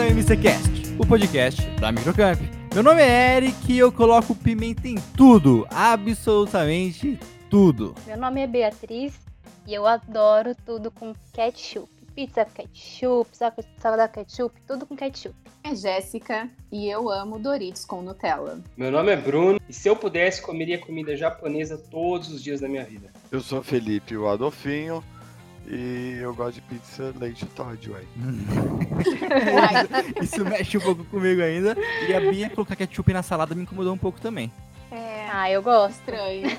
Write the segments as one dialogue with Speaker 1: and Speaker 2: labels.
Speaker 1: MCCast, o podcast da Microcamp. Meu nome é Eric e eu coloco pimenta em tudo, absolutamente tudo.
Speaker 2: Meu nome é Beatriz e eu adoro tudo com ketchup. Pizza com ketchup, saco- salada com ketchup, tudo com ketchup.
Speaker 3: é Jéssica e eu amo Doritos com Nutella.
Speaker 4: Meu nome é Bruno e se eu pudesse, comeria comida japonesa todos os dias da minha vida.
Speaker 5: Eu sou o Felipe, o Adolfinho, e eu gosto de pizza leite Todd, ué.
Speaker 1: Isso mexe um pouco comigo ainda. E a Bia colocar ketchup na salada me incomodou um pouco também.
Speaker 3: É.
Speaker 2: Ah, eu gosto.
Speaker 3: Estranho.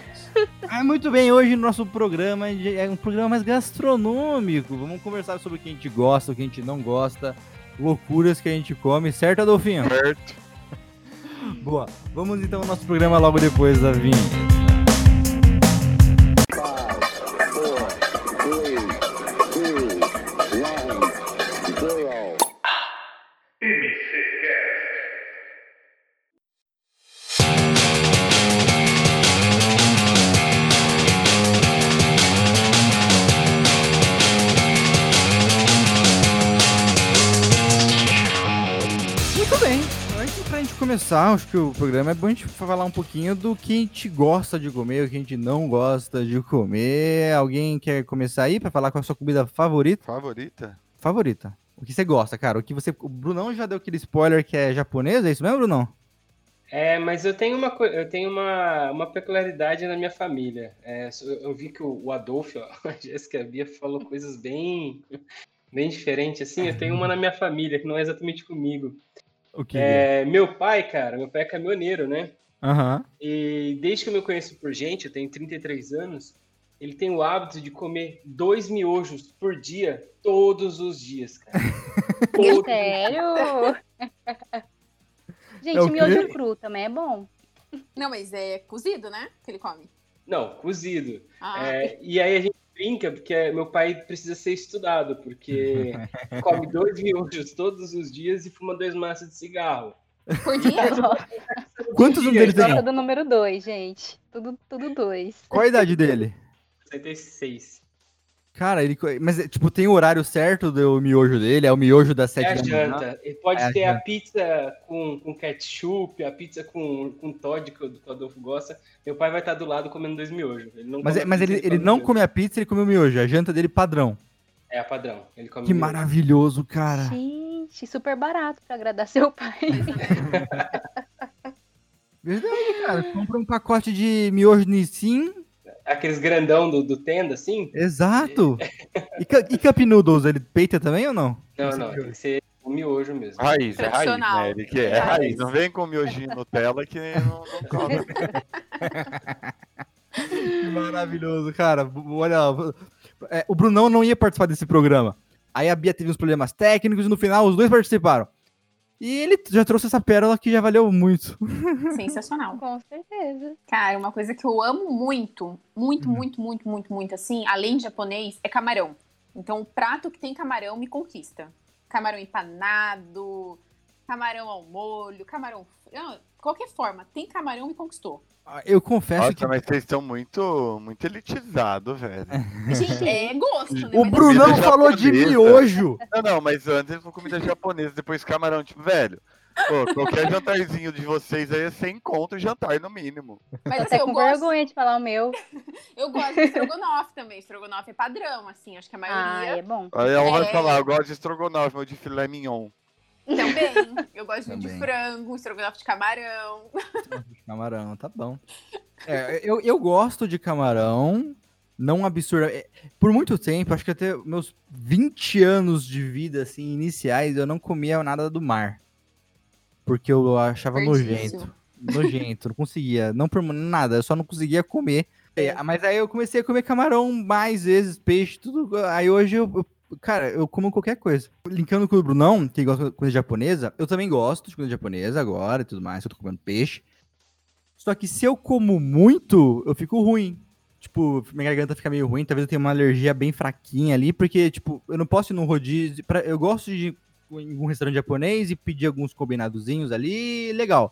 Speaker 1: Ah, muito bem, hoje no nosso programa é um programa mais gastronômico. Vamos conversar sobre o que a gente gosta, o que a gente não gosta, loucuras que a gente come, certo, Adolfinho?
Speaker 5: Certo.
Speaker 1: Boa. Vamos então ao nosso programa logo depois da vinheta. Muito bem. Antes pra gente começar, acho que o programa é bom a gente falar um pouquinho do que a gente gosta de comer, o que a gente não gosta de comer. Alguém quer começar aí pra falar qual é a sua comida favorita?
Speaker 5: Favorita?
Speaker 1: Favorita. O que você gosta, cara? O que você. O Brunão já deu aquele spoiler que é japonês, é isso mesmo, Brunão?
Speaker 4: É, mas eu tenho uma, co- eu tenho uma, uma peculiaridade na minha família. É, so- eu vi que o, o Adolfo, ó, a Jéssica e a Bia falou coisas bem, bem diferentes, assim. Eu tenho uma na minha família, que não é exatamente comigo.
Speaker 1: O que?
Speaker 4: É, meu pai, cara, meu pai é caminhoneiro, né?
Speaker 1: Aham.
Speaker 4: E desde que eu me conheço por gente, eu tenho 33 anos, ele tem o hábito de comer dois miojos por dia, todos os dias, cara. Todos.
Speaker 2: Sério? Gente,
Speaker 1: É o quê?
Speaker 2: miojo cru também é bom.
Speaker 3: Não, mas é cozido, né? Que ele come.
Speaker 4: Não, cozido.
Speaker 3: Ah,
Speaker 4: É, e aí a gente brinca, porque meu pai precisa ser estudado, porque come dois miojos todos os dias e fuma dois maços de cigarro.
Speaker 3: por dia?
Speaker 1: Quantos
Speaker 5: Um
Speaker 1: anos ele
Speaker 2: Gosta
Speaker 1: tem?
Speaker 2: do número 2, gente. Tudo, tudo dois.
Speaker 1: Qual a idade dele?
Speaker 4: 76.
Speaker 1: Cara, ele. co- Mas, é, tipo, tem o horário certo do miojo dele? É o miojo das
Speaker 4: É a
Speaker 1: sete da manhã?
Speaker 4: janta. Ele pode
Speaker 1: É a
Speaker 4: ter a pizza com, com ketchup, a pizza com, com Todd, que o que o Adolfo gosta. Meu pai vai estar do lado comendo dois miojos. Ele não
Speaker 1: Mas,
Speaker 4: come
Speaker 1: é- mas
Speaker 4: pizza,
Speaker 1: ele, ele não
Speaker 4: miojo.
Speaker 1: come a pizza, ele come o miojo. É A janta dele padrão.
Speaker 4: É, padrão. Ele come
Speaker 1: Que
Speaker 4: miojo.
Speaker 1: maravilhoso, cara.
Speaker 2: Gente, super barato pra agradar seu pai.
Speaker 1: Verdade, cara.
Speaker 4: É.
Speaker 1: Compra um pacote de miojo Nissin.
Speaker 4: Aqueles grandão do, do tenda, assim?
Speaker 1: Exato. E, cu- e Cup Noodles, ele peita também ou não?
Speaker 4: Não,
Speaker 1: Esse
Speaker 4: não. Tem
Speaker 1: miojo.
Speaker 4: que ser é o miojo mesmo.
Speaker 5: Raiz, é raiz,
Speaker 3: Tradicional.
Speaker 5: né, Eric? É raiz. Não vem com miojinho e Nutella que não, não cobra.
Speaker 1: Que maravilhoso, cara. B- Olha, é, o Brunão não ia participar desse programa. Aí a Bia teve uns problemas técnicos e no final os dois participaram. E ele já trouxe essa pérola que já valeu muito.
Speaker 3: Sensacional.
Speaker 2: Com certeza.
Speaker 3: Cara, uma coisa que eu amo muito, muito, muito, muito, muito, muito, assim, além de japonês, é camarão. Então, o prato que tem camarão me conquista. Camarão empanado, camarão ao molho, camarão... Não, qualquer forma, tem camarão me conquistou.
Speaker 1: Ah, Eu confesso que
Speaker 5: Nossa, mas vocês estão muito, muito elitizados, velho.
Speaker 3: Gente, é gosto, né?
Speaker 1: o
Speaker 3: Mas-
Speaker 1: Brunão
Speaker 5: Comida
Speaker 1: falou de
Speaker 5: japonesa.
Speaker 1: miojo.
Speaker 5: Não, não, mas antes eles foram comida japonesa, depois camarão, tipo, velho. Pô, qualquer jantarzinho de vocês aí é sem conto e jantar, no mínimo.
Speaker 3: Mas
Speaker 2: Tô
Speaker 3: assim,
Speaker 2: até
Speaker 3: eu
Speaker 2: Tá com
Speaker 3: gosto,
Speaker 2: vergonha de falar o meu.
Speaker 3: eu gosto de estrogonofe também. Estrogonofe é padrão, assim, acho que
Speaker 2: Ah,
Speaker 3: a maioria
Speaker 2: é bom.
Speaker 5: Aí ela
Speaker 3: É.
Speaker 5: vai falar, eu gosto de estrogonofe, meu de filé mignon.
Speaker 3: também. Eu gosto
Speaker 1: Também.
Speaker 3: de frango, estrogonofe de camarão.
Speaker 1: Camarão, tá bom. É, eu, eu gosto de camarão, não absurdo. é, Por muito tempo, acho que até meus 20 anos de vida, assim, iniciais, eu não comia nada do mar. Porque eu achava
Speaker 3: Desperdício.
Speaker 1: nojento. Nojento, não conseguia. Não por nada, eu só não conseguia comer. É, mas aí eu comecei a comer camarão mais vezes, peixe, tudo. Aí hoje eu. eu- Cara, eu como qualquer coisa. Linkando com o Brunão, que gosta de comida japonesa, eu também gosto de comida japonesa agora e tudo mais, eu tô comendo peixe. Só que se eu como muito, eu fico ruim. Tipo, minha garganta fica meio ruim, talvez eu tenha uma alergia bem fraquinha ali, porque, tipo, eu não posso ir num rodízio. pra- eu gosto de ir em um restaurante japonês e pedir alguns combinadozinhos ali, legal.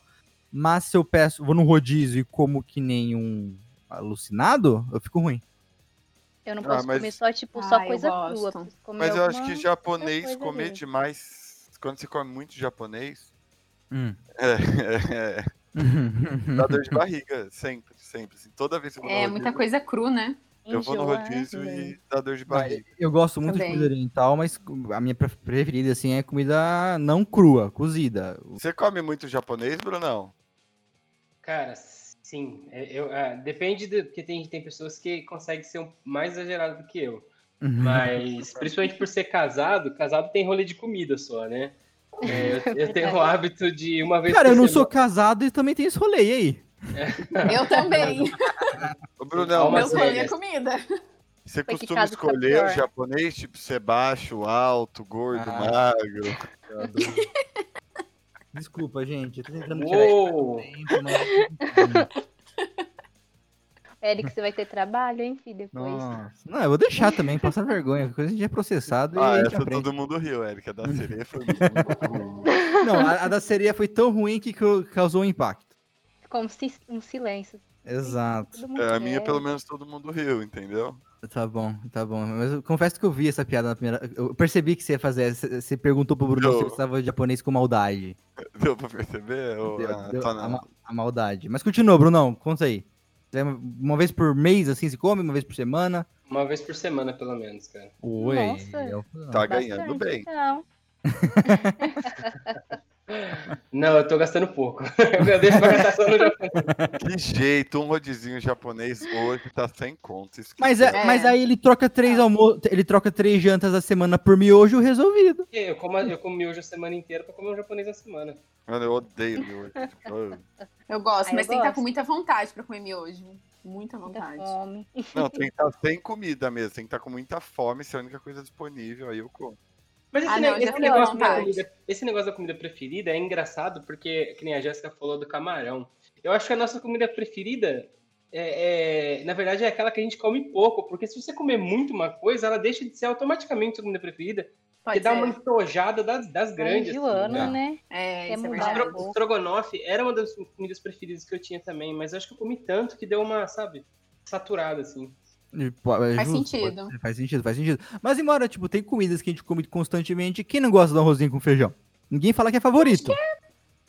Speaker 1: Mas se eu peço, vou num rodízio e como que nem um alucinado, eu fico ruim.
Speaker 2: Eu não
Speaker 5: Ah,
Speaker 2: posso
Speaker 5: mas-
Speaker 2: comer só, tipo, só
Speaker 3: Ah, eu
Speaker 2: coisa
Speaker 3: gosto.
Speaker 2: crua. preciso comer
Speaker 5: Mas eu acho
Speaker 2: alguma-
Speaker 5: que japonês
Speaker 2: coisa
Speaker 5: comer
Speaker 2: ali.
Speaker 5: demais quando você come muito japonês,
Speaker 1: Hum.
Speaker 5: é, é, dá dor de
Speaker 1: Uhum.
Speaker 5: barriga, sempre, sempre. assim. toda vez que eu vou
Speaker 3: É,
Speaker 5: no
Speaker 3: muita
Speaker 5: rodízio,
Speaker 3: coisa cru, né?
Speaker 5: eu vou no
Speaker 2: Enjoa,
Speaker 5: rodízio
Speaker 2: velho.
Speaker 5: e dá dor de barriga.
Speaker 1: Eu gosto muito
Speaker 3: Também.
Speaker 1: de comida oriental, mas a minha pre- preferida, assim, é comida não crua, cozida.
Speaker 5: Você come muito japonês, Brunão?
Speaker 4: Cara, sim. É, eu- ah, depende, do, porque tem, tem pessoas que conseguem ser um- mais exagerado do que eu.
Speaker 1: Uhum.
Speaker 4: Uhum. Mas, principalmente por ser casado, casado tem rolê de comida só, né? É, eu, eu tenho o hábito de uma vez
Speaker 1: Cara, eu
Speaker 4: por
Speaker 1: não sou
Speaker 4: semana-
Speaker 1: casado e também tem esse rolê, e aí?
Speaker 3: É. Eu também.
Speaker 5: Ô, Brunão,
Speaker 4: Uma
Speaker 1: assim?
Speaker 3: Meu
Speaker 5: mas
Speaker 4: Palmas
Speaker 5: assim?
Speaker 3: sonho é
Speaker 4: velhas.
Speaker 3: comida.
Speaker 5: você
Speaker 2: Foi que
Speaker 5: costuma
Speaker 2: casa fica
Speaker 5: escolher o
Speaker 2: pior.
Speaker 5: japonês, tipo, ser baixo, alto, gordo,
Speaker 1: Ah.
Speaker 5: magro?
Speaker 1: Desculpa, gente, eu tô tentando tirar isso
Speaker 4: Uou!
Speaker 1: tempo, mas...
Speaker 2: Eric, você vai ter trabalho, hein, filho, depois.
Speaker 1: Nossa. Não, eu vou deixar também, passar vergonha. Coisa a gente é processado e
Speaker 5: Ah,
Speaker 1: a gente
Speaker 5: essa
Speaker 1: aprende.
Speaker 5: todo mundo riu, Érica, da sereia foi muito ruim.
Speaker 1: Não, a, a da sereia foi tão ruim que cau- causou um impacto.
Speaker 2: Como se, um silêncio.
Speaker 1: Exato.
Speaker 2: Todo mundo
Speaker 5: É, A minha,
Speaker 2: quer.
Speaker 5: pelo menos, todo mundo riu, entendeu?
Speaker 1: Tá bom, tá bom. Mas eu confesso que eu vi essa piada na primeira. Eu percebi que você ia fazer. Você você perguntou pro Bruno
Speaker 5: Eu-
Speaker 1: se eu gostava de japonês com maldade.
Speaker 5: Deu pra perceber? Ô,
Speaker 1: Deu-
Speaker 5: ah,
Speaker 1: deu
Speaker 5: tá
Speaker 1: a,
Speaker 5: na-
Speaker 1: ma- a maldade. Mas continua, Brunão, conta aí. É uma- Uma vez por mês, assim, se come? Uma vez por semana?
Speaker 4: Uma vez por semana, pelo menos, cara.
Speaker 1: Oi.
Speaker 2: Nossa.
Speaker 1: eu-
Speaker 5: Tá ganhando
Speaker 2: Bastante,
Speaker 5: bem.
Speaker 2: Então.
Speaker 4: Não, eu tô gastando pouco. Eu deixo pra gastar só no Japão.
Speaker 5: Que jeito, um rodizinho japonês hoje tá sem conta. isso que
Speaker 1: Mas, é-
Speaker 5: tem.
Speaker 3: É.
Speaker 1: mas aí ele troca três almo... ele troca três jantas a semana por miojo resolvido.
Speaker 4: Eu como, eu como miojo a semana inteira pra comer um japonês na semana.
Speaker 5: Mano, eu odeio miojo. Tipo,
Speaker 3: Eu gosto,
Speaker 2: Ah, eu
Speaker 3: mas tem que estar
Speaker 2: gosto.
Speaker 3: com muita vontade pra comer miojo.
Speaker 2: Muita
Speaker 3: Muita vontade.
Speaker 2: fome. Tá
Speaker 5: Não, tem que estar sem comida mesmo, tem que estar com muita fome, se é a única coisa disponível, aí eu como.
Speaker 4: Mas esse,
Speaker 3: Ah,
Speaker 4: ne-
Speaker 3: não, eu já
Speaker 4: esse
Speaker 3: fui
Speaker 4: negócio
Speaker 3: vontade.
Speaker 4: da comida, esse negócio da comida preferida é engraçado porque, que nem a Jéssica falou do camarão. Eu acho que a nossa comida preferida, é, é- na verdade, é aquela que a gente come pouco. Porque se você comer muito uma coisa, ela deixa de ser automaticamente sua comida preferida.
Speaker 3: Pode
Speaker 4: Porque dá
Speaker 3: ser.
Speaker 4: uma entojada das, das
Speaker 2: Tá
Speaker 4: grandes. assim,
Speaker 2: enjoando,
Speaker 1: né?
Speaker 2: né?
Speaker 3: É,
Speaker 2: Quer
Speaker 3: isso é
Speaker 2: mudar.
Speaker 3: verdade.
Speaker 4: Estro- Estrogonofe era uma das comidas preferidas que eu tinha também, mas eu acho que eu comi tanto que deu uma, sabe, saturada, assim.
Speaker 1: E, pô, é
Speaker 3: Faz
Speaker 1: justo, pode
Speaker 3: sentido.
Speaker 1: ser, Faz sentido, faz sentido. Mas embora, tipo, tem comidas que a gente come constantemente, quem não gosta de um arrozinho com feijão? Ninguém fala que é favorito.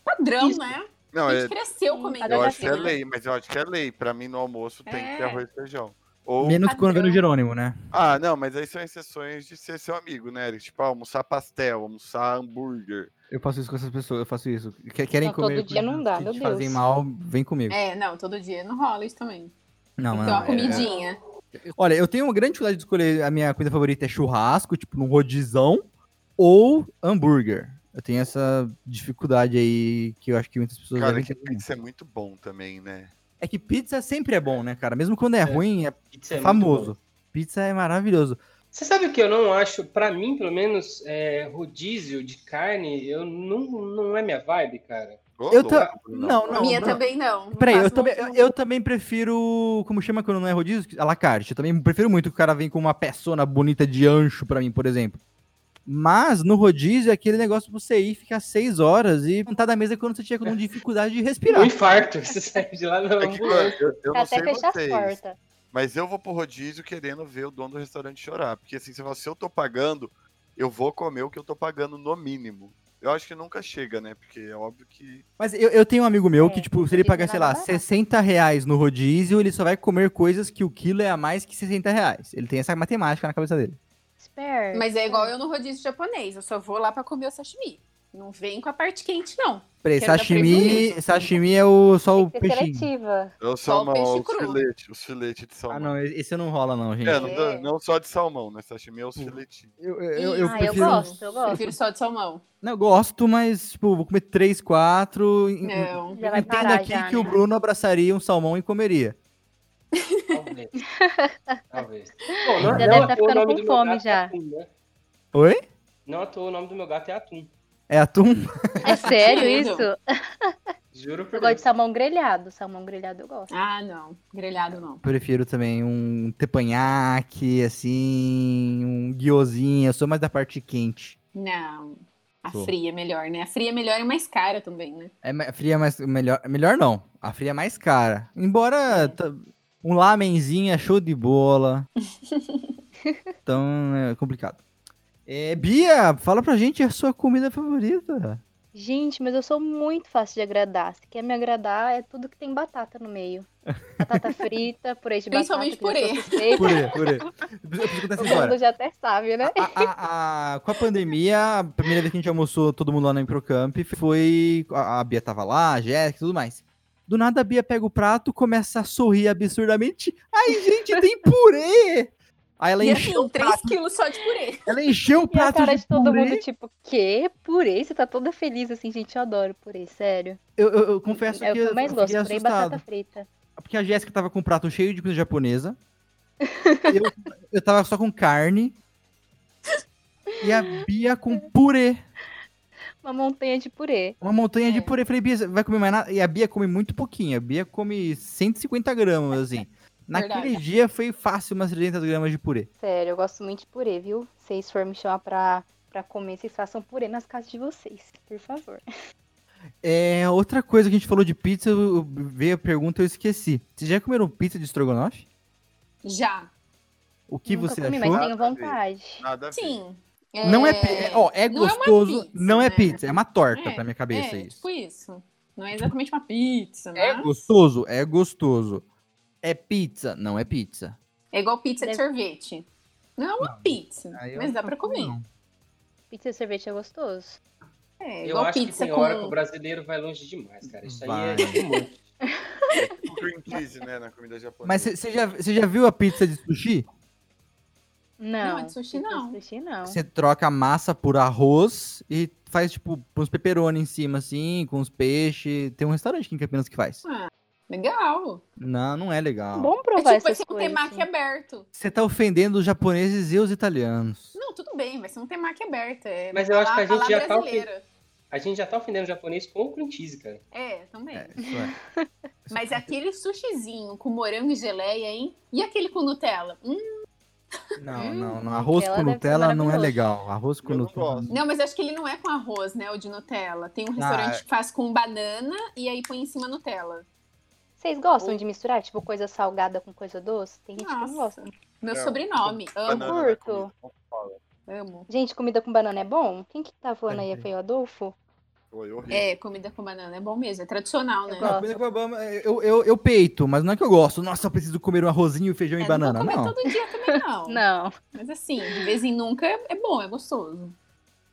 Speaker 3: Padrão, né?
Speaker 5: Não,
Speaker 3: A
Speaker 5: é,
Speaker 3: gente cresceu
Speaker 2: Sim,
Speaker 3: comendo
Speaker 2: cada
Speaker 5: eu
Speaker 2: vez
Speaker 5: acho que é
Speaker 2: mais, né?
Speaker 5: lei, mas eu acho que é lei. Pra mim, no almoço tem que ter
Speaker 3: É.
Speaker 5: arroz e feijão. Ou.
Speaker 1: Menos que quando vem no
Speaker 3: padrão.
Speaker 1: Jerônimo, né?
Speaker 5: Ah, não, mas aí são exceções de ser seu amigo, né, Eric? Tipo, ah, almoçar pastel, almoçar hambúrguer.
Speaker 1: Eu faço isso com essas pessoas, eu faço isso. Que- Querem
Speaker 2: Não, todo
Speaker 1: comer
Speaker 2: dia não
Speaker 1: coisas
Speaker 2: dá,
Speaker 1: que
Speaker 2: meu
Speaker 1: te
Speaker 2: Deus.
Speaker 1: fazem mal, vem comigo.
Speaker 3: É, não, todo dia não rola isso também.
Speaker 1: Não,
Speaker 3: Então,
Speaker 1: não,
Speaker 3: a
Speaker 1: é-
Speaker 3: comidinha.
Speaker 1: Olha, eu tenho uma grande dificuldade de escolher. A minha comida favorita é churrasco, tipo, num rodizão, ou hambúrguer. Eu tenho essa dificuldade aí que eu acho que muitas pessoas
Speaker 5: Cara,
Speaker 1: devem
Speaker 5: que
Speaker 1: ter.
Speaker 5: pizza é muito bom também, né?
Speaker 1: É que pizza sempre é bom, né, cara? Mesmo quando é, ruim, é
Speaker 4: Pizza é muito
Speaker 1: famoso.
Speaker 4: boa.
Speaker 1: Pizza é maravilhoso.
Speaker 4: Você sabe o que eu não acho, pra mim, pelo menos, é, rodízio de carne, eu não, não é minha vibe, cara.
Speaker 5: Ô,
Speaker 1: Eu tô-
Speaker 5: louco, Brunão.
Speaker 1: Não, não.
Speaker 3: Minha
Speaker 1: não.
Speaker 3: também não. não
Speaker 1: Peraí, eu
Speaker 3: faço
Speaker 1: também,
Speaker 3: muito,
Speaker 1: eu,
Speaker 3: não.
Speaker 1: eu também prefiro. Como chama quando não é rodízio? A la carte. Eu também prefiro muito que o cara vem com uma peçona bonita de ancho pra mim, por exemplo. Mas no rodízio é aquele negócio pra você ir ficar seis horas e montar da mesa quando você tiver com dificuldade de
Speaker 4: Um
Speaker 1: respirar.
Speaker 4: infarto, você sai de lá na
Speaker 5: É que,
Speaker 4: ambulância.
Speaker 5: mano, eu,
Speaker 3: tá
Speaker 5: eu não
Speaker 2: Tá Até
Speaker 5: sei
Speaker 2: fechar
Speaker 5: vocês,
Speaker 2: as portas.
Speaker 5: mas eu vou pro rodízio querendo ver o dono do restaurante chorar. Porque assim, você fala, se eu tô pagando, eu vou comer o que eu tô pagando no mínimo. Eu acho que nunca chega, né? Porque é óbvio que.
Speaker 1: Mas eu, eu tenho um amigo meu que,
Speaker 2: É,
Speaker 1: tipo, se ele
Speaker 2: rodízio
Speaker 1: pagar,
Speaker 2: não
Speaker 1: sei
Speaker 2: dá
Speaker 1: lá,
Speaker 2: nada. né?
Speaker 1: 60 reais no rodízio, ele só vai comer coisas que o quilo é a mais que 60 reais. Ele tem essa matemática na cabeça dele.
Speaker 2: Espera.
Speaker 3: Mas é igual eu no rodízio japonês, eu só vou lá pra comer o sashimi. Não vem com a parte quente, não.
Speaker 1: Peraí,
Speaker 3: Quero dar
Speaker 1: sashimi,
Speaker 3: prejuízo.
Speaker 1: sashimi é o, só
Speaker 2: Tem
Speaker 1: o
Speaker 2: que ser
Speaker 1: peixinho.
Speaker 2: seletiva.
Speaker 5: Eu
Speaker 3: Só o
Speaker 5: é salmão,
Speaker 3: peixe
Speaker 5: os
Speaker 3: cru.
Speaker 5: filetes, os filetes de
Speaker 1: Ah,
Speaker 5: salmão.
Speaker 1: não, esse não rola, não, gente.
Speaker 5: É, não, dá-
Speaker 2: É.
Speaker 5: não só de salmão, né? Sashimi é os filetinhos.
Speaker 1: Eu, eu, eu
Speaker 3: Isso.
Speaker 2: Ah, eu
Speaker 1: prefiro.
Speaker 2: gosto, eu
Speaker 3: Eu
Speaker 2: gosto.
Speaker 3: prefiro só de salmão.
Speaker 1: Não, eu gosto, mas, tipo, vou comer três, quatro.
Speaker 5: Hum,
Speaker 1: en- en-
Speaker 3: Não.
Speaker 2: É, Já vai
Speaker 1: Entendo
Speaker 2: parar
Speaker 1: aqui
Speaker 2: já,
Speaker 1: que o
Speaker 2: né?
Speaker 1: Bruno abraçaria um salmão e comeria.
Speaker 4: Talvez. Talvez. Bom, não, é,
Speaker 2: Já
Speaker 4: não
Speaker 2: deve
Speaker 4: à
Speaker 2: tá
Speaker 4: toa o
Speaker 2: ficando
Speaker 4: nome
Speaker 2: com
Speaker 4: do meu
Speaker 2: fome
Speaker 4: gato é
Speaker 2: já.
Speaker 4: Atum, né?
Speaker 1: Oi?
Speaker 4: Não à toa, o nome do meu gato é Atum.
Speaker 1: É atum?
Speaker 2: É sério
Speaker 3: Tudo.
Speaker 2: isso?
Speaker 4: Juro por
Speaker 2: Eu gosto de
Speaker 4: Deus.
Speaker 2: salmão grelhado. Salmão grelhado eu gosto.
Speaker 3: Ah, não. Grelhado não.
Speaker 1: Prefiro também um tepanhaque, assim, um guiozinho. Eu sou mais da parte quente.
Speaker 3: Não. A
Speaker 1: Tô.
Speaker 3: fria é melhor, né? A fria é melhor e mais cara também, né?
Speaker 1: É ma- fria mais melhor, melhor não. A fria é mais cara. Embora tá- um lamenzinho é show de bola. então é complicado. É, Bia, fala pra gente a sua comida favorita.
Speaker 2: Gente, mas eu sou muito fácil de agradar. Se quer me agradar, é tudo que tem batata no meio. Batata frita, purê de batata.
Speaker 3: Principalmente
Speaker 2: que eu já tô
Speaker 3: purê.
Speaker 2: suspeita.
Speaker 1: Purê, purê. Eu preciso- eu preciso contar essa
Speaker 2: Todo mundo
Speaker 1: história.
Speaker 2: já até sabe, né?
Speaker 1: A- a- a- com a pandemia, a primeira vez que a gente almoçou todo mundo lá no Microcamp foi. A, a Bia tava lá, a Jéssica e tudo mais. Do nada a Bia pega o prato, começa a sorrir absurdamente. Ai, gente, tem purê! Aí ela
Speaker 3: E
Speaker 1: encheu,
Speaker 3: assim, 3 quilos só de purê.
Speaker 1: ela encheu o
Speaker 2: E a
Speaker 1: prato
Speaker 2: cara
Speaker 1: de,
Speaker 2: de todo
Speaker 1: purê.
Speaker 2: mundo, tipo, quê? Purê? Você tá toda feliz assim, gente. Eu adoro purê, sério.
Speaker 1: Eu, eu- eu confesso
Speaker 2: é o
Speaker 1: que
Speaker 2: que eu
Speaker 1: eu
Speaker 2: mais
Speaker 1: fiquei
Speaker 2: gosto, purê e
Speaker 1: assustado.
Speaker 2: batata frita.
Speaker 1: Porque a Jéssica tava com um prato cheio de comida japonesa. eu, eu tava só com carne. E a Bia com purê.
Speaker 2: Uma montanha de purê.
Speaker 1: Uma montanha de
Speaker 3: É.
Speaker 1: purê. Falei, Bia, você vai comer mais nada? E a Bia come muito pouquinho. A Bia come 150 gramas, assim. Naquele
Speaker 3: Verdade.
Speaker 1: dia foi fácil umas 300 gramas de purê.
Speaker 2: Sério, eu gosto muito de purê, viu? Se vocês forem me chamar pra, pra comer, vocês façam purê nas casas de vocês, por favor.
Speaker 1: É, outra coisa que a gente falou de pizza, eu, eu- veio a pergunta e eu esqueci. Vocês já comeram pizza de estrogonofe?
Speaker 3: Já.
Speaker 1: O que
Speaker 2: Nunca
Speaker 1: você
Speaker 2: comi,
Speaker 1: achou?
Speaker 2: mas tenho
Speaker 5: Nada a ver.
Speaker 2: vontade.
Speaker 5: Nada a ver.
Speaker 3: Sim.
Speaker 1: Não é, pi- ó, é
Speaker 3: não é uma
Speaker 1: gostoso, não é,
Speaker 3: pizza,
Speaker 1: pizza,
Speaker 3: né?
Speaker 1: é uma torta
Speaker 3: É,
Speaker 1: pra minha cabeça
Speaker 3: É,
Speaker 1: isso.
Speaker 3: tipo isso. Não é exatamente uma pizza, né?
Speaker 1: É gostoso, é gostoso. É pizza, não é pizza.
Speaker 3: É igual pizza de
Speaker 2: Deve-
Speaker 3: sorvete. Não é uma
Speaker 1: Não,
Speaker 3: pizza,
Speaker 1: aí eu
Speaker 3: mas dá
Speaker 1: não
Speaker 3: pra comer.
Speaker 1: não.
Speaker 2: Pizza e sorvete é gostoso.
Speaker 3: É
Speaker 4: Eu
Speaker 3: igual
Speaker 4: acho que
Speaker 3: pizza
Speaker 4: tem
Speaker 3: com.
Speaker 4: hora que o brasileiro vai longe demais, cara. Isso aí
Speaker 1: Vai.
Speaker 4: é tipo muito.
Speaker 5: O cream cheese, né, na comida japonesa.
Speaker 1: Mas você já, cê já viu a pizza de sushi?
Speaker 2: Não,
Speaker 3: é de sushi,
Speaker 2: pizza de
Speaker 3: não.
Speaker 2: sushi não.
Speaker 1: Você troca a massa por arroz e faz, tipo, uns peperoni em cima, assim, com uns peixes. Tem um restaurante aqui em Campinas que faz.
Speaker 3: Legal.
Speaker 1: Não, não é legal.
Speaker 2: Bom
Speaker 3: É
Speaker 2: provar
Speaker 3: tipo, vai
Speaker 2: essas
Speaker 3: ser um
Speaker 2: coisas.
Speaker 3: temaki aberto.
Speaker 1: Você tá ofendendo os japoneses e os italianos.
Speaker 3: Não, tudo bem, vai ser um temaki aberto. É
Speaker 4: Mas eu acho
Speaker 3: lá-
Speaker 4: que a gente
Speaker 3: lá
Speaker 4: já tá
Speaker 3: brasileira.
Speaker 4: A gente já tá ofendendo o japonês com o cream cheese, cara.
Speaker 3: É, também.
Speaker 1: É, isso é.
Speaker 3: Mas aquele sushizinho com morango e geleia, hein? E aquele com Nutella? Hum,
Speaker 1: Não,
Speaker 2: Hum,
Speaker 1: não, não. Arroz
Speaker 2: Nutella
Speaker 1: com
Speaker 2: deve ser
Speaker 1: Nutella não é
Speaker 2: maravilhoso.
Speaker 1: legal. Arroz com
Speaker 5: Eu não
Speaker 1: Nutella.
Speaker 5: gosto.
Speaker 3: Não, mas acho que ele não é com arroz, né? O de Nutella. Tem
Speaker 1: Ah,
Speaker 3: um restaurante
Speaker 1: é.
Speaker 3: que faz com banana e aí põe em cima Nutella.
Speaker 2: Vocês gostam de misturar, tipo, coisa salgada com coisa doce? Tem gente que não
Speaker 3: Nossa.
Speaker 2: gosta.
Speaker 3: Meu
Speaker 5: Não,
Speaker 3: sobrenome. Amo,
Speaker 5: Banana na
Speaker 2: curto.
Speaker 5: comida, não fala.
Speaker 3: amo.
Speaker 2: Gente, comida com banana é bom? Quem que tá falando aí?
Speaker 1: Entendi.
Speaker 2: Foi o Adolfo?
Speaker 5: Foi horrível.
Speaker 3: É, comida com banana é bom mesmo, é tradicional, né?
Speaker 1: Não,
Speaker 2: Eu gosto.
Speaker 1: comida com Obama, eu, eu, eu peito, mas não é que eu gosto. Nossa, eu preciso comer um arrozinho, feijão
Speaker 3: É,
Speaker 1: e banana.
Speaker 3: Não vou comer
Speaker 1: Não.
Speaker 3: todo dia também, não.
Speaker 2: Não.
Speaker 3: Mas assim, de vez em nunca é, é bom, é gostoso.